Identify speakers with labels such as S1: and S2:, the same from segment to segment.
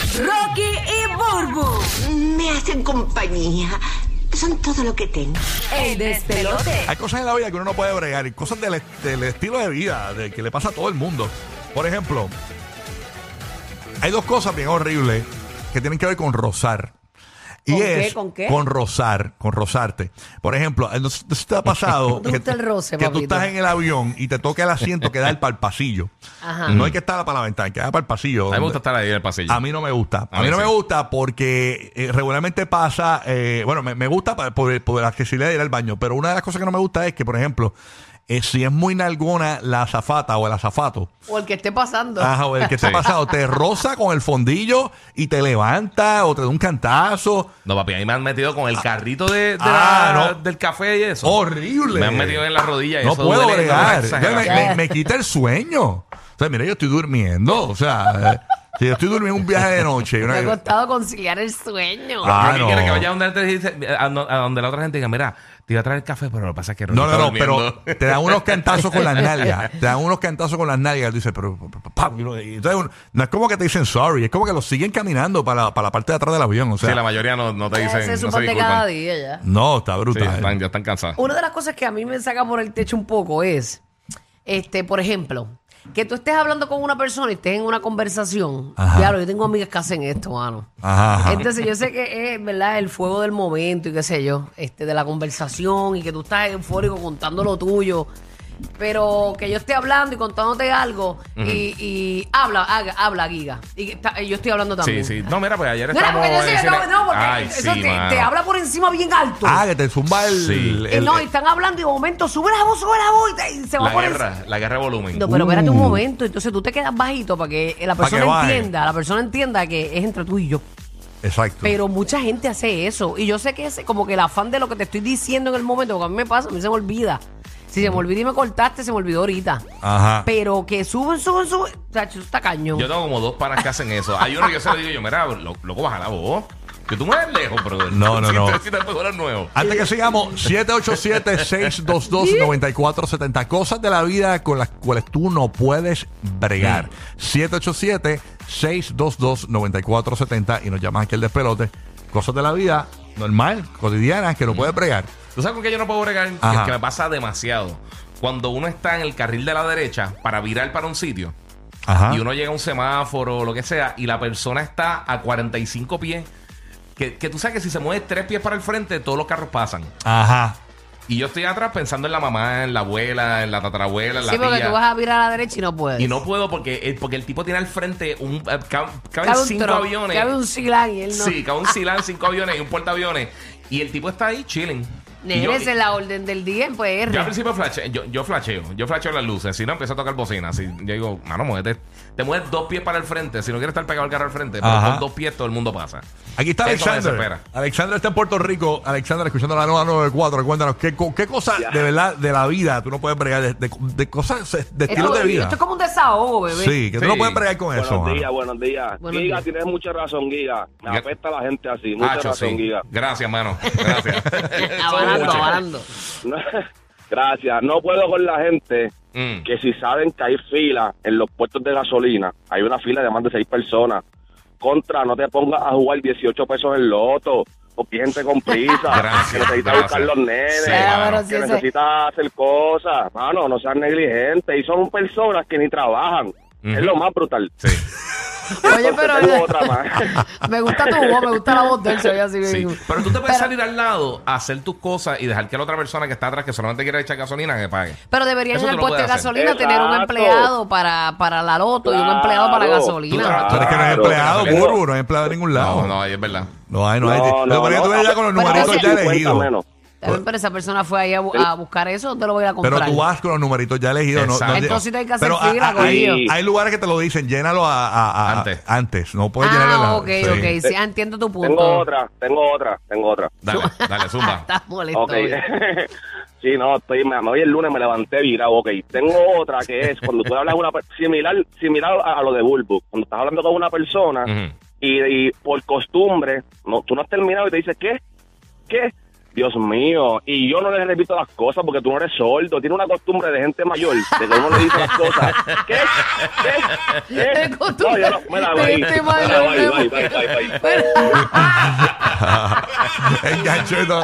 S1: Rocky y Burbu.
S2: Me hacen compañía. Son todo lo que tengo.
S1: El despelote.
S3: Hay cosas en la vida que uno no puede bregar y cosas del, est- del estilo de vida de que le pasa a todo el mundo. Por ejemplo, hay dos cosas bien horribles que tienen que ver con rozar. Y
S4: ¿Con qué?
S3: es
S4: ¿Con qué?
S3: rozar, con rozarte. Por ejemplo, no sé si te ha pasado
S4: ¿Te
S3: que,
S4: gusta el roce,
S3: que tú
S4: papito?
S3: estás en el avión y te toca el asiento que da el para el pasillo.
S4: Ajá.
S3: No hay que estar para la ventana, hay que da para el pasillo.
S5: A mí me
S3: donde-
S5: gusta estar ahí en el pasillo.
S3: A mí no me gusta. A,
S5: A
S3: mí,
S5: mí
S3: no
S5: sí.
S3: me gusta porque eh, regularmente pasa. eh, bueno, me, me gusta pa- por, por la accesibilidad de ir al baño, pero una de las cosas que no me gusta es que, por ejemplo, eh, si es muy nalgona la azafata o el azafato,
S4: O el que esté pasando.
S3: ajá, o el que te ha
S5: Sí.
S3: pasado, te roza con el fondillo y te levanta o te da un cantazo.
S5: No, papi, ahí me han metido con el carrito de, de
S3: Ah,
S5: la-
S3: no.
S5: del café y eso.
S3: Horrible.
S5: Me han metido en la rodilla y
S3: No
S5: eso
S3: puedo
S5: duele,
S3: bregar.
S5: no, es una
S3: Yo me,
S5: exageración.
S3: me- me quita el sueño. O sea, mira, yo estoy durmiendo. O sea, eh, si yo estoy durmiendo un viaje de noche. y
S4: Me
S3: una-
S4: ha costado conciliar el sueño.
S3: Ah,
S5: Rocky
S3: no.
S5: quiere que vaya a donde, la gente dice- a no- a donde la otra gente diga, mira, te iba a traer el café, pero lo que pasa es que Rocky
S3: No, no,
S5: está
S3: no, pero
S5: durmiendo".
S3: te dan unos cantazos con las nalgas. Te dan unos cantazos con las nalgas. Tú dices, pero. pa, pa, pa, y uno- y entonces uno- no es como que te dicen sorry, es como que lo siguen caminando para, la- para la parte de atrás del avión. O sea,
S5: sí, la mayoría no, no te
S4: Ya
S5: dicen,
S4: Eh, se
S5: no se
S4: supone
S5: disculpan.
S4: cada día ya.
S3: no, está
S5: Sí,
S3: brutal.
S5: están, ya están cansados.
S4: Una de las cosas que a mí me saca por el techo un poco es, este, por ejemplo, que tú estés hablando con una persona y estés en una conversación.
S3: Ajá.
S4: Claro, yo tengo amigas que hacen esto, mano.
S3: Ajá, ajá.
S4: Entonces yo sé que es, ¿verdad? El fuego del momento y qué sé yo, este, de la conversación y que tú estás eufórico contando lo tuyo. Pero que yo esté hablando y contándote algo y, y habla, haga- habla, Giga. Y que está- yo estoy hablando
S5: Sí,
S4: también.
S5: sí. No, mira, pues ayer
S4: No, era
S5: estábamos...
S4: porque yo sé
S5: en
S4: que no,
S5: cine-
S4: no, porque
S5: Ay,
S4: eso
S5: sí,
S4: te,
S5: mano.
S4: te habla por encima bien alto.
S3: Ah, que te zumba el.
S5: Sí.
S4: Y
S3: el-
S4: no, y están hablando y de momento sube la voz, sube la voz y, te- y se va
S5: La
S4: por
S5: guerra, la guerra de volumen.
S4: No, pero espérate un
S3: Uh.
S4: momento. Entonces tú te quedas bajito para que la
S3: Para que
S4: persona
S3: baje.
S4: entienda, la persona entienda que es entre tú y yo.
S3: exacto.
S4: Pero mucha gente hace eso. Y yo sé que es como que el afán de lo que te estoy diciendo en el momento, porque a mí me pasa, a mí se me olvida. Si se me olvida y me cortaste, se me olvidó ahorita.
S3: Ajá.
S4: Pero que suben, suben, suben. O sea, eso está cañón.
S5: Yo tengo como dos panas que hacen eso. Hay uno que yo se lo digo yo, mira, lo- loco, baja la voz. Que tú me ves lejos, brother.
S3: No, no,
S5: Si
S3: no.
S5: te- Si te puedo hablar nuevo.
S3: Antes que sigamos, 787-622-9470. Cosas de la vida con las cuales tú no puedes bregar. 787-622-9470 y nos llamas aquí el despelote. Cosas de la vida normal, cotidianas, que no puedes bregar.
S5: ¿Tú sabes con qué yo no puedo bregar? Que,
S3: Ajá.
S5: que me pasa demasiado. Cuando uno está en el carril de la derecha para virar para un sitio
S3: Ajá.
S4: Ah.
S5: y uno llega a un semáforo o lo que sea y la persona está a 45 pies, que, que tú sabes que si se mueve tres pies para el frente, todos los carros pasan.
S3: Ajá.
S5: Y yo estoy atrás pensando en la mamá, en la abuela, en la tatarabuela, en la
S4: sí, porque
S5: tía.
S4: tú vas a virar a la derecha y no puedes.
S5: Y no puedo porque, eh, porque el tipo tiene al frente un eh, cab- caben
S4: cabe un
S5: cinco
S4: tro-
S5: aviones.
S4: Cabe un silán y él no.
S5: Sí, cabe un silán, cinco aviones y un portaaviones. Y el tipo está ahí chilling. Y yo-
S4: Neres en la orden del día en PR.
S5: yo al principio flasheo, yo, yo flasheo, yo flasheo las luces, si no empiezo a tocar bocina, si yo digo, mano, muévete, te mueves dos pies para el frente, si no quieres estar pegado al carro al frente, pero
S3: Ajá.
S5: con dos pies todo el mundo pasa.
S3: Aquí está
S5: Eso me
S3: Alexander.
S5: desespera.
S3: Alexander está en Puerto Rico. Alexander, escuchando la nueva 94, cuéntanos, ¿qué, co- qué cosas de verdad de la vida tú no puedes bregar? De, de- de cosas, de
S4: Esto-
S3: estilos de vida.
S4: Esto es como un desahogo, bebé.
S3: Sí, que tú
S5: Sí.
S3: no puedes bregar con eso.
S6: Buenos
S3: mano.
S6: días, buenos días.
S4: Buenos
S6: Giga,
S4: días.
S6: tienes mucha razón, Giga. Me
S5: Giga.
S6: apesta la gente así. Mucha
S5: Hacho,
S6: razón,
S5: sí.
S6: Giga.
S5: Gracias, mano. Gracias. Son
S4: Avalando,
S5: muchos.
S4: avalando.
S6: Gracias. No puedo con la gente
S5: Mm.
S6: que si saben que hay fila en los puestos de gasolina, hay una fila de más de seis personas. Contra, no te pongas a jugar 18 pesos en loto, porque hay gente con prisa,
S5: Gracias,
S6: que necesita
S5: gracias.
S6: buscar los nenes,
S5: Sí,
S4: Ah,
S5: mano.
S4: bueno, sí,
S6: que
S4: ese-
S6: necesita hacer cosas. Mano, no sean negligentes. Y son personas que ni trabajan. Es lo más brutal.
S5: Sí,
S4: Oye, pero
S6: Entonces, tengo otra más.
S4: me gusta tu voz, me gusta la voz de él, se ve así.
S5: sí.
S4: bien.
S5: Pero tú te puedes salir al lado, hacer tus cosas y dejar que la otra persona que está atrás, que solamente quiere echar gasolina, que pague.
S4: Pero deberían
S5: Eso
S4: en
S5: tú
S4: el
S5: lo
S4: puesto de
S5: puedes hacer.
S4: gasolina tener un
S6: Exacto.
S4: empleado para, para la loto y un empleado para la
S6: Claro.
S4: gasolina.
S5: Tú
S3: Pero es que no es
S6: Claro,
S3: empleado,
S6: claro.
S3: Burbu, no es empleado de ningún lado.
S5: No, no, ahí es verdad.
S3: No hay, no hay.
S6: No,
S3: Lo
S6: no,
S3: que pasa es que tú
S6: no.
S3: ves ya con los
S4: Pero
S3: numeritos
S4: entonces-
S3: ya
S6: 50 pues, menos.
S3: elegidos.
S4: También, pero esa persona fue ahí a, bu- a buscar eso, ¿dónde lo voy a ir a comprar?
S3: Pero tú vas con los numeritos ya elegidos. No,
S5: Exacto.
S3: no-
S4: Entonces hay que hacer
S3: Pero a-
S4: fila,
S3: a-
S4: corillo.
S3: hay, hay lugares que te lo dicen, llénalo a, a- a-
S5: Antes.
S3: antes. No puedes llenarlo
S4: ah,
S3: la-
S4: ok,
S3: sí.
S4: ok, sí, ah, entiendo tu punto.
S6: Tengo otra, tengo otra, tengo otra.
S5: Dale, dale, zumba.
S4: Estás molesto.
S6: Ok.
S4: hoy.
S6: sí, no, estoy, me, me voy el lunes, me levanté virado, ok. Tengo otra que es cuando tú hablas con una per- similar, similar a, a lo de Bulbo. Cuando estás hablando con una persona
S5: Ujú.
S6: y, y por costumbre, no, tú no has terminado y te dices, ¿qué? ¿Qué? Dios mío, y yo no le repito las cosas porque tú no eres sordo. Tiene una costumbre de gente mayor, de que uno le dice las cosas. ¿Qué? ¿Qué? ¿Qué?
S4: Es costumbre
S6: yo me la voy.
S4: de gente
S6: Me la
S4: mayor,
S6: voy,
S4: de
S6: voy, voy,
S4: mujer.
S6: voy, voy.
S3: El ganchito.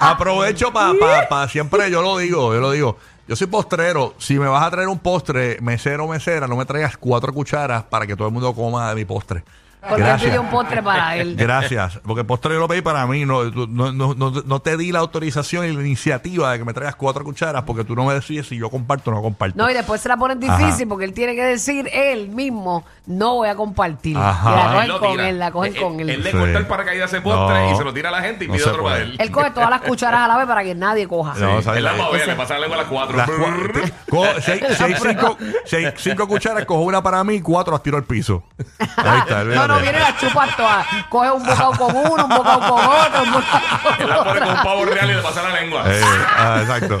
S3: Aprovecho para siempre, yo lo digo, yo lo digo. Yo soy postrero. Si me vas a traer un postre, mesero mesera, no me traigas cuatro cucharas para que todo el mundo coma de mi postre.
S4: Porque él pidió un postre para él.
S3: Gracias, porque el postre yo lo pedí para mí. No, tú- no, no- no- no te di la autorización y la iniciativa de que me traigas cuatro cucharas porque tú no me decides si yo comparto o no comparto.
S4: No, y después se la ponen
S3: Ajá.
S4: difícil porque él tiene que decir él mismo, no voy a compartir.
S3: Ajá.
S4: Y la
S5: Ah,
S4: cogen
S5: lo
S4: con
S5: tira. eh,
S4: él, la cogen con él.
S5: Él le
S3: Sí.
S5: corta el paracaídas a ese postre
S3: No.
S5: y se lo tira a la gente y
S3: No
S5: pide
S3: se
S5: otro
S3: puede.
S5: para él.
S4: Él coge todas las cucharas a la vez para que nadie coja.
S3: No,
S5: Es
S3: ¿sabes?
S5: la
S3: La-
S5: pavea, le pasa la lengua a las cuatro.
S3: Las cua- te- co- seis, seis- cinco, seis- cinco cucharas, cojo una para mí y cuatro las tiro al piso. Ahí está,
S4: No, no,
S3: olvídate.
S4: viene la chupa todas. Coge un bocado con uno, un bocado con otro, un bocado
S5: Él
S4: con
S5: la pone con
S4: otro.
S5: un pavo real y le pasa la lengua.
S3: Eh, ah, exacto.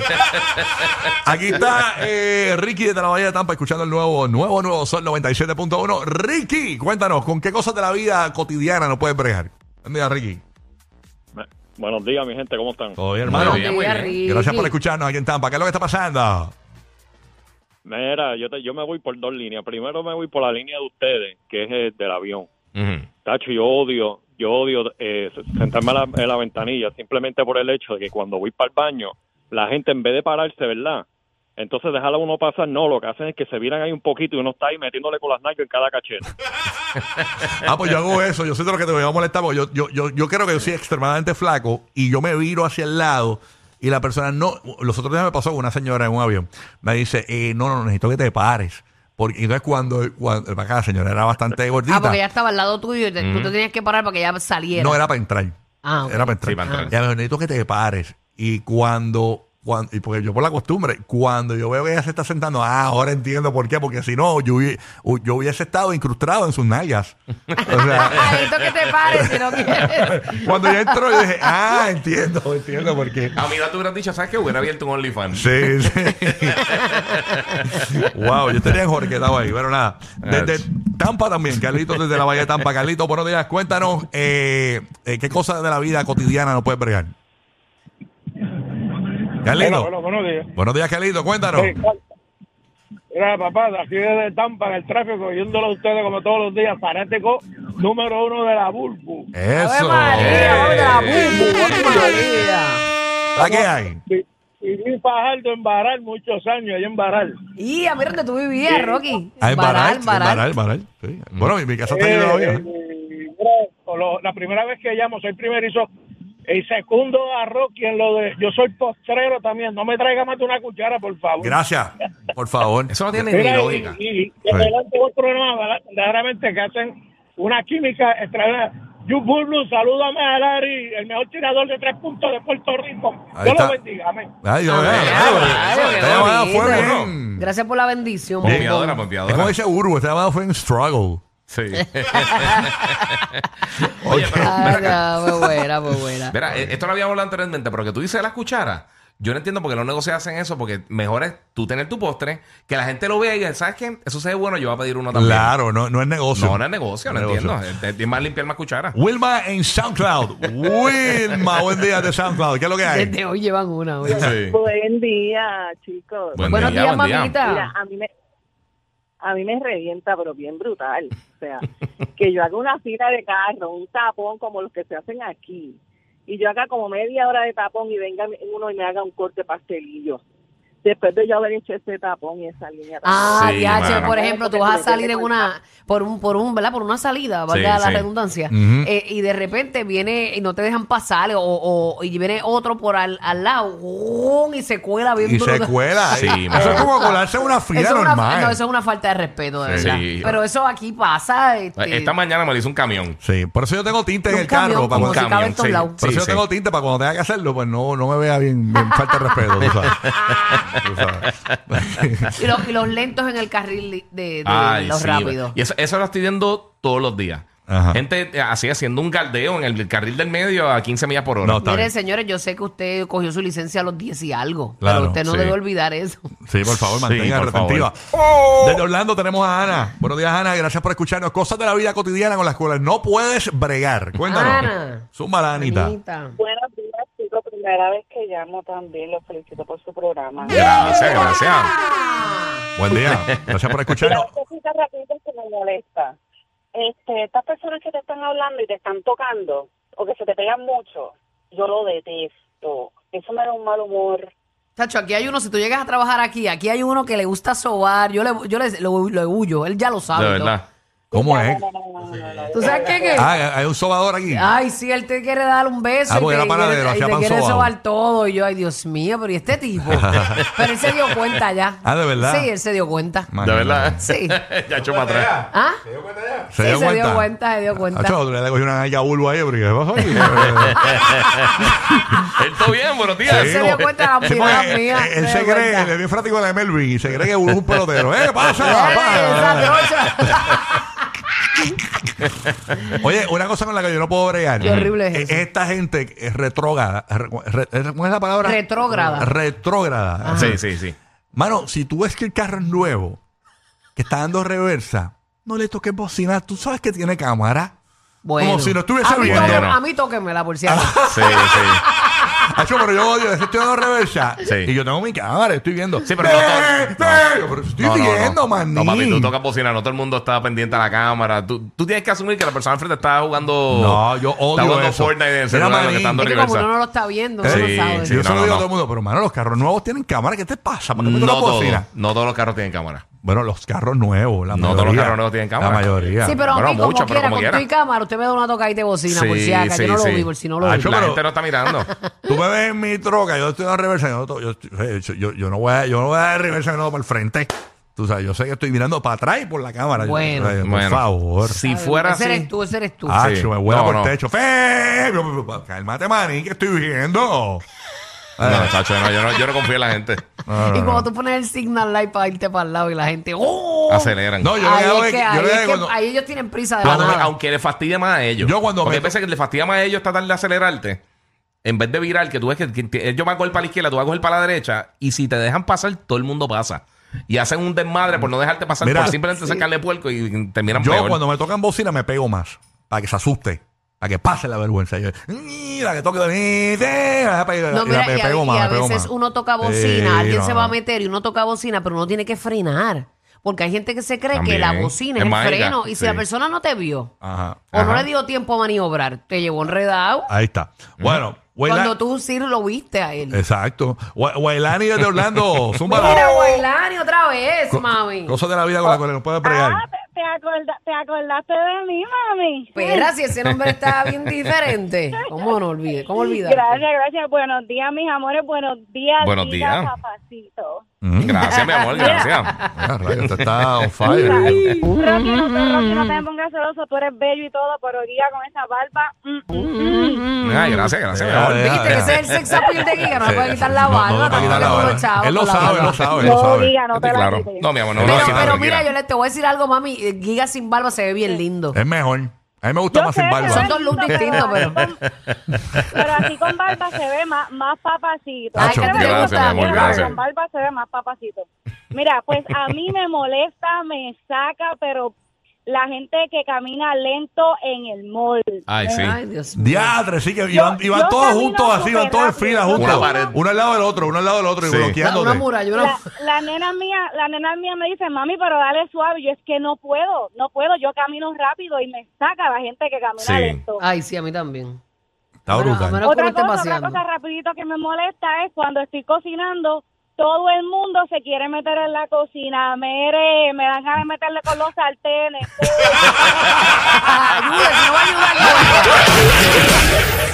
S3: Aquí está eh, Ricky de la Bahía de Tampa escuchando el nuevo, nuevo, nuevo Sol 97.1. Ricky, cuéntanos, ¿con qué cosas de la vida cotidiana no puedes bregar? Buen día, Ricky.
S7: Buenos días, mi gente, ¿cómo están?
S3: Todo bien, hermano.
S5: Muy bien, muy bien.
S4: Ricky.
S3: Gracias por escucharnos aquí en Tampa. ¿Qué es lo que está pasando?
S7: Mira, yo, te- yo me voy por dos líneas. Primero me voy por la línea de ustedes, que es el del avión.
S5: Ujú.
S7: Tacho, yo odio, yo odio eh, sentarme a la- en la ventanilla simplemente por el hecho de que cuando voy para el baño, la gente en vez de pararse, ¿verdad? Entonces dejarla uno pasar, no, lo que hacen es que se viran ahí un poquito y uno está ahí metiéndole con las nalgas en cada cachete.
S3: Ah, pues yo hago eso. Yo sé de lo que te voy a molestar porque yo, yo, yo, yo creo que yo soy extremadamente flaco y yo me viro hacia el lado y la persona no. Los otros días me pasó con una señora en un avión. Me dice, eh, no, no, necesito que te pares. Porque y entonces cuando, cuando para acá, la señora era bastante gordita.
S4: Ah, porque ya estaba al lado tuyo y te- tú te tenías que parar para que ya saliera.
S3: No, era para entrar.
S4: Ah, ok.
S3: Era para entrar.
S5: Sí, para entrar.
S3: Ya, pero necesito que te pares. Y cuando, cuan- y porque yo por la costumbre, cuando yo veo que ella se está sentando, ah, ahora entiendo por qué, porque si no, yo, hubi- yo hubiese estado incrustado en sus nalgas. O sea,
S4: Necesito que te pares si no quieres.
S3: cuando yo entro, yo dije, ah, entiendo, entiendo por qué.
S5: A mi edad tú hubieras dicho, ¿sabes qué? Hubiera abierto un OnlyFans.
S3: Sí, sí. wow, yo tenía enjorquetado ahí, pero nada. Desde Tampa también, Carlitos, desde la Bahía de Tampa. Carlitos, buenos días. Cuéntanos eh, eh, qué cosas de la vida cotidiana no puedes bregar. Carlitos.
S8: Hola, hola, buenos días.
S3: Buenos días, Carlitos. Cuéntanos.
S8: Sí, claro. Mira, papá, de aquí desde Tampa, en el tráfico, yéndolo a ustedes como todos los días, fanático número uno de la Bulbu.
S4: Ave
S3: Eso.
S4: María, hola,
S5: Eh.
S4: bum, bum, Ave María.
S3: ¿La qué hay?
S8: Y y vi Fajardo en Baral muchos años, allá en Baral.
S4: Y a mí donde tú vivías, Rocky.
S3: Ah, en Baral, en
S4: Baral.
S3: Baral, Baral, sí. Bueno, mi, mi casa está
S8: Eh,
S3: llena todavía.
S8: eh, mira, con lo- la primera vez que llamo, soy primerizo. Y segundo a Rocky en lo de, yo soy postrero también, no me traiga más de una cuchara, por favor.
S3: Gracias, por favor.
S5: Eso no tiene ni
S8: Mira, y,
S5: lógica.
S8: y, y adelante otro programa, verdaderamente, que hacen una química extraordinaria. Yo, Burlu, salúdame a Larry, el mejor tirador de tres puntos de Puerto Rico.
S3: Ahí
S8: Dios
S3: está.
S8: lo bendiga, amén.
S3: Ay, Dios mío.
S4: Ay, ay, qué
S3: Esta llamada
S4: bonito.
S3: fue bien.
S4: Gracias por la bendición.
S5: Bien.
S4: bombón.
S5: Bombeadora, bombeadora.
S3: Es como dice Urbo, esta llamada fue en struggle.
S5: Sí.
S3: Oye,
S5: Oye, pero
S4: Ay,
S5: ven acá.
S4: no, muy Ah, buena, muy buena.
S5: Mira, eh, esto lo habíamos hablado anteriormente, pero que tú dices las cucharas. Yo no entiendo por qué los negocios hacen eso, porque mejor es tú tener tu postre, que la gente lo vea y diga, ¿sabes qué? Eso se ve bueno, yo voy a pedir uno también.
S3: Claro, no, no es negocio.
S5: No, no es negocio, no
S3: Negocio.
S5: entiendo. Es- Es, es más limpiar más cuchara.
S3: Wilma en SoundCloud. Wilma, buen día de SoundCloud. ¿Qué es lo que hay?
S4: Desde hoy llevan una. oye.
S5: Sí.
S9: Buen día, chicos.
S5: Buen
S4: Buenos
S5: día,
S4: días,
S5: buen día.
S9: Mira,
S4: mamita.
S9: a mí me a mí me revienta, pero bien brutal. O sea, que yo haga una fila de carro, un tapón como los que se hacen aquí, y yo haga como media hora de tapón y venga uno y me haga un corte pastelillo. Después de yo haber hecho ese tapón y esa línea. tan-
S4: Ah,
S5: Sí,
S4: diache,
S5: mano.
S4: por ejemplo, tú vas a salir en una, por un, por un, ¿verdad? Por una salida, valga
S5: Sí,
S4: la
S5: sí.
S4: redundancia.
S3: Ujú.
S4: Eh, y de repente viene y no te dejan pasar, o, o- y viene otro por al, al lado, ¡guau! y se cuela bien
S3: Y se
S4: brutal.
S3: cuela.
S5: Sí,
S3: eh.
S5: mano.
S3: eso es como colarse en una
S4: Eso
S3: fila
S4: es una,
S3: normal.
S4: no, eso es una falta de respeto, de
S5: Sí.
S4: verdad.
S5: Sí.
S4: Pero eso aquí pasa. este,
S5: Eh, Esta mañana me lo hizo un camión.
S3: Sí, por eso yo tengo tinta en
S4: un
S3: el carro.
S4: camión,
S3: Para
S4: como
S3: cuando,
S4: si cabe en
S5: camión,
S4: todos
S5: sí.
S4: lados.
S3: por eso yo
S5: sí.
S3: tengo tinta para cuando tenga que hacerlo, pues no, no me vea bien, bien falta de respeto, tú sabes. Tú sabes.
S4: Y, los- y los lentos en el carril de, de
S5: Ay,
S4: los
S5: sí,
S4: rápidos.
S5: Y eso, eso lo estoy viendo todos los días.
S3: Ajá.
S5: Gente eh, así haciendo un galdeo en el carril del medio a 15 millas por hora.
S3: No, está
S4: Miren,
S3: bien.
S4: señores, yo sé que usted cogió su licencia a los 10 y algo,
S3: Claro,
S4: pero usted no
S5: sí.
S4: debe olvidar eso.
S3: Sí, por favor,
S5: Sí,
S3: mantenga
S5: por favor. Oh.
S3: retentiva. Desde Orlando tenemos a Ana. Buenos días, Ana. Gracias por escucharnos. Cosas de la vida cotidiana con las cuales no puedes bregar. Cuéntanos.
S4: Ana.
S3: Zúmbala, Anita.
S4: Anita.
S9: Buenos días, chicos. Primero primera vez que llamo también, los felicito por su
S4: Ah.
S9: programa.
S5: Gracias, gracias.
S3: Buen día. Gracias por escucharnos.
S9: Pero cositas rapiditas que me molesta. Este, estas personas que te están hablando y te están tocando, o que se te pegan mucho, yo lo detesto. Eso me da un mal humor.
S4: Chacho, aquí hay uno, si tú llegas a trabajar aquí, aquí hay uno que le gusta sobar, yo le, yo le, lo, lo huyo, él ya lo sabe.
S5: De
S4: ¿no?
S5: verdad.
S3: ¿Cómo es?
S9: No, no, no, no, no, no.
S4: ¿Tú sabes qué? Que-
S3: Ah, hay un sobador aquí.
S4: Ay, sí, él te quiere dar un beso.
S3: Ah,
S4: y
S3: porque
S4: te-
S3: era panadero,
S4: y te- y
S3: hacía
S4: te
S3: pan
S4: quiere
S3: sobao.
S4: sobar todo. Y yo, ay, Dios mío, pero ¿y este tipo? pero él se dio cuenta ya.
S3: Ah, ¿de verdad?
S4: Sí, él se dio cuenta.
S3: Man,
S5: De verdad.
S4: Sí.
S5: ya echó para atrás.
S4: ¿Ah?
S3: ¿Se
S4: sí,
S3: dio
S4: se
S3: cuenta?
S4: dio cuenta, se dio cuenta.
S3: Acho, le cogí una galla bulbo ahí, pero ¿qué pasó ahí?
S5: Él todo bien, buenos días.
S4: Él se dio cuenta de la
S3: Sí,
S4: mirada
S3: porque
S4: mía.
S3: Él
S4: se
S3: se
S4: dio
S3: cree,
S4: cuenta.
S3: él es bien fanático de Melvin y se cree que es un pelotero. ¡Eh, pasa!
S4: Ey,
S3: pasa!
S4: exacto.
S3: Oye, una cosa con la que yo no puedo bregar.
S4: Qué horrible es eso.
S3: Esta gente que es retrógrada. re- re- ¿Cómo es la palabra?
S4: Retrógrada.
S3: Retrógrada.
S5: Sí, sí, sí.
S3: Mano, si tú ves que el carro es nuevo, que está dando reversa, no le toques bocina. Tú sabes que tiene cámara.
S4: Bueno.
S3: Como si no estuviese
S4: a mí
S3: viendo.
S4: tóqueme-
S5: No.
S4: A mí tóquemela, por cierto.
S5: Sí, sí.
S3: Acho, pero Ah, yo odio, estoy dando reversa.
S5: Sí.
S3: Y yo tengo mi cámara, estoy viendo.
S5: Sí, pero no
S3: ¡Eh,
S5: to-
S3: eh!
S5: no.
S3: Pero estoy
S5: No, no, no.
S3: viendo, maní.
S5: No, papi, tú tocas bocina, no todo el mundo está pendiente a la cámara. Tú, tú tienes que asumir que la persona enfrente está jugando.
S3: No, yo
S5: está
S3: odio
S5: jugando
S3: eso.
S5: Fortnite en
S3: Mira,
S5: el celular, lo
S3: maní.
S5: que está dando
S4: Es que como
S5: reversa.
S4: uno no lo está viendo, uno
S5: Sí,
S4: no sabe.
S5: sí.
S3: Eh, yo se lo digo
S5: no, no,
S3: a todo el mundo, pero hermano, los carros nuevos tienen cámara. ¿Qué te pasa? ¿Por qué me tocas
S5: todos,
S3: bocina?
S5: no todos los carros tienen cámara.
S3: Bueno, los carros nuevos, la
S5: No todos
S3: mayoría.
S5: los carros nuevos tienen cámara.
S3: La mayoría.
S4: Sí, pero a mí,
S5: Bueno,
S4: como
S5: mucho, pero
S4: quiera,
S5: como
S4: con
S5: quiera.
S4: tu y cámara, usted me da una tocadita de bocina, por si acaso. yo no lo vi, por si no lo
S5: Ah,
S4: vi.
S5: La
S3: pero-
S5: gente no está mirando.
S3: Tú me ves en mi troca, yo estoy dando reversa, yo, no to- yo, estoy- yo- yo- yo no voy a, yo no voy a dar reversa no, para el frente. Tú sabes, yo sé que estoy mirando para atrás y por la cámara. Yo-
S4: Bueno.
S3: yo- por
S5: Bueno.
S3: favor.
S5: si fuera
S4: ese
S5: así.
S4: eres tú, ese eres tú.
S3: Ah,
S5: Sí.
S3: me vuela
S5: No,
S3: por el
S5: no.
S3: techo. ¡Fe! Yo- yo- Cálmate, maní, que estoy viendo.
S5: No, chacho, no, yo no, yo no confío en la gente.
S3: No, no,
S4: y
S3: no.
S4: cuando tú pones el signal light para irte para el lado y la gente, ¡oh!
S5: Aceleran.
S3: No, yo
S4: ahí,
S3: lo
S4: es
S3: que hago es que- yo lo que
S4: que, ahí es
S3: hago
S4: que-
S3: cuando-
S4: ahí ellos tienen prisa de la
S5: Cuando me-
S4: nada.
S5: aunque le fastidie más a ellos.
S3: Yo cuando me-
S5: Porque hay veces que le fastidia más a ellos tratar de acelerarte. En vez de virar, que tú ves que, que te- ellos van a coger para la izquierda, tú vas a coger para la derecha. Y si te dejan pasar, todo el mundo pasa. Y hacen un desmadre por no dejarte pasar,
S3: Mira,
S5: por simplemente sacarle puerco y terminan
S3: Yo
S5: peor.
S3: cuando me tocan bocina me pego más, para que se asuste, para que pase la vergüenza. Yo, mira, que toque de mí, te-
S4: No,
S3: y
S4: mira,
S3: me
S4: y a,
S3: pego
S4: y
S3: más,
S4: a
S3: me pego
S4: veces
S3: más.
S4: uno toca bocina,
S3: Sí,
S4: alguien
S3: no,
S4: se va a
S3: no.
S4: meter y uno toca bocina, pero uno tiene que frenar. Porque hay gente que se cree que
S5: También.
S4: la bocina es,
S5: Es
S4: el
S5: mágica,
S4: freno. Y si
S5: sí.
S4: la persona no te vio
S3: Ajá. Ah,
S4: o no
S5: Ajá.
S4: le dio tiempo a maniobrar, te llevó enredado.
S3: Ahí está. Bueno,
S4: Cuando
S3: Waylani-
S4: tú sí lo viste a él.
S3: Exacto. Wa- Waylani desde Orlando,
S4: Mira, Oh.
S3: zumba.
S4: Wailani, otra vez, mami.
S3: Cosas de la vida con las cuales no puedes pregar.
S9: Ah, te, te acorda- te acordaste de mí, mami.
S4: Espera, si ese nombre está bien diferente. ¿Cómo no olvide? ¿Cómo olvidar?
S9: Gracias, gracias. Buenos días, mis amores. Buenos días.
S5: Buenos
S9: diga,
S5: días.
S9: Papacito.
S3: Mm.
S5: Gracias, mi amor, gracias.
S3: Ah, rayos, te está on fire.
S9: Rocky, no te, Rocky, no te me pongas celoso. Tú eres bello y todo, pero guía con esa barba. mm, mm, mm.
S5: Ay, gracias, gracias, mi amor.
S4: Viste que ese es el sex appeal de Giga, no le
S3: Sí.
S4: puede quitar la
S3: No, no,
S4: barba.
S3: no,
S4: tampoco
S3: quitar la
S4: le pongo
S3: barba.
S4: chavo
S3: Él lo
S4: con la
S3: sabe,
S4: barba.
S3: él lo sabe, él lo
S9: No,
S3: sabe.
S9: guía, no
S5: Este,
S9: te la
S5: claro.
S9: quites.
S5: No, mi amor, no,
S4: Pero,
S5: no, sí,
S4: pero
S5: tranquila.
S4: mira, yo le te voy a decir algo, mami. Eh, Giga sin barba se ve bien lindo.
S3: Es mejor. A mí me gusta
S9: Yo
S3: más
S9: sé
S3: sin
S9: que
S3: barba.
S4: Son dos looks distintos, pero.
S9: Pero así con barba se ve más, más papacito.
S4: Ay,
S9: Así
S4: que
S9: se
S4: te
S9: ve
S4: gracias,
S9: más-
S4: mi amor,
S9: mira,
S5: gracias.
S9: Con barba se ve más papacito. Mira, pues a mí me molesta, me saca, pero la gente que camina lento en el mall.
S5: Ay, sí.
S4: Ay, Dios mío.
S3: Diatre, sí que iban,
S9: Yo-
S3: iban
S9: yo
S3: todos
S9: camino
S3: juntos así, iban
S9: súper
S3: todos en
S9: rápido,
S3: fila
S9: yo
S3: juntos.
S5: Una pared.
S3: Uno al lado del otro, uno al lado del otro
S5: Sí.
S3: y
S4: Una,
S3: bloqueándote.
S4: una muralla, una.
S9: La, la nena mía, la nena mía me dice, mami, pero dale suave. Yo es que no puedo, no puedo. Yo camino rápido y me saca la gente que camina
S5: Sí.
S9: lento.
S4: Ay, sí, a mí también.
S3: Está
S4: Bueno,
S3: brutal.
S4: a menos-
S9: Otra
S4: como esté
S9: cosa, otra
S4: paseando.
S9: cosa rapidito que me molesta es cuando estoy cocinando, todo el mundo se quiere meter en la cocina. Mere, me dan ganas de meterle con los sartenes.
S4: Ayuda, si no va a ayudar.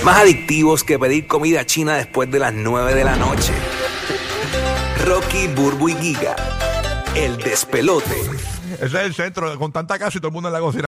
S10: Más adictivos que pedir comida china después de las 9 de la noche. Rocky, Burbu y Giga. El despelote.
S3: Ese es el centro, con tanta casa y todo el mundo en la cocina.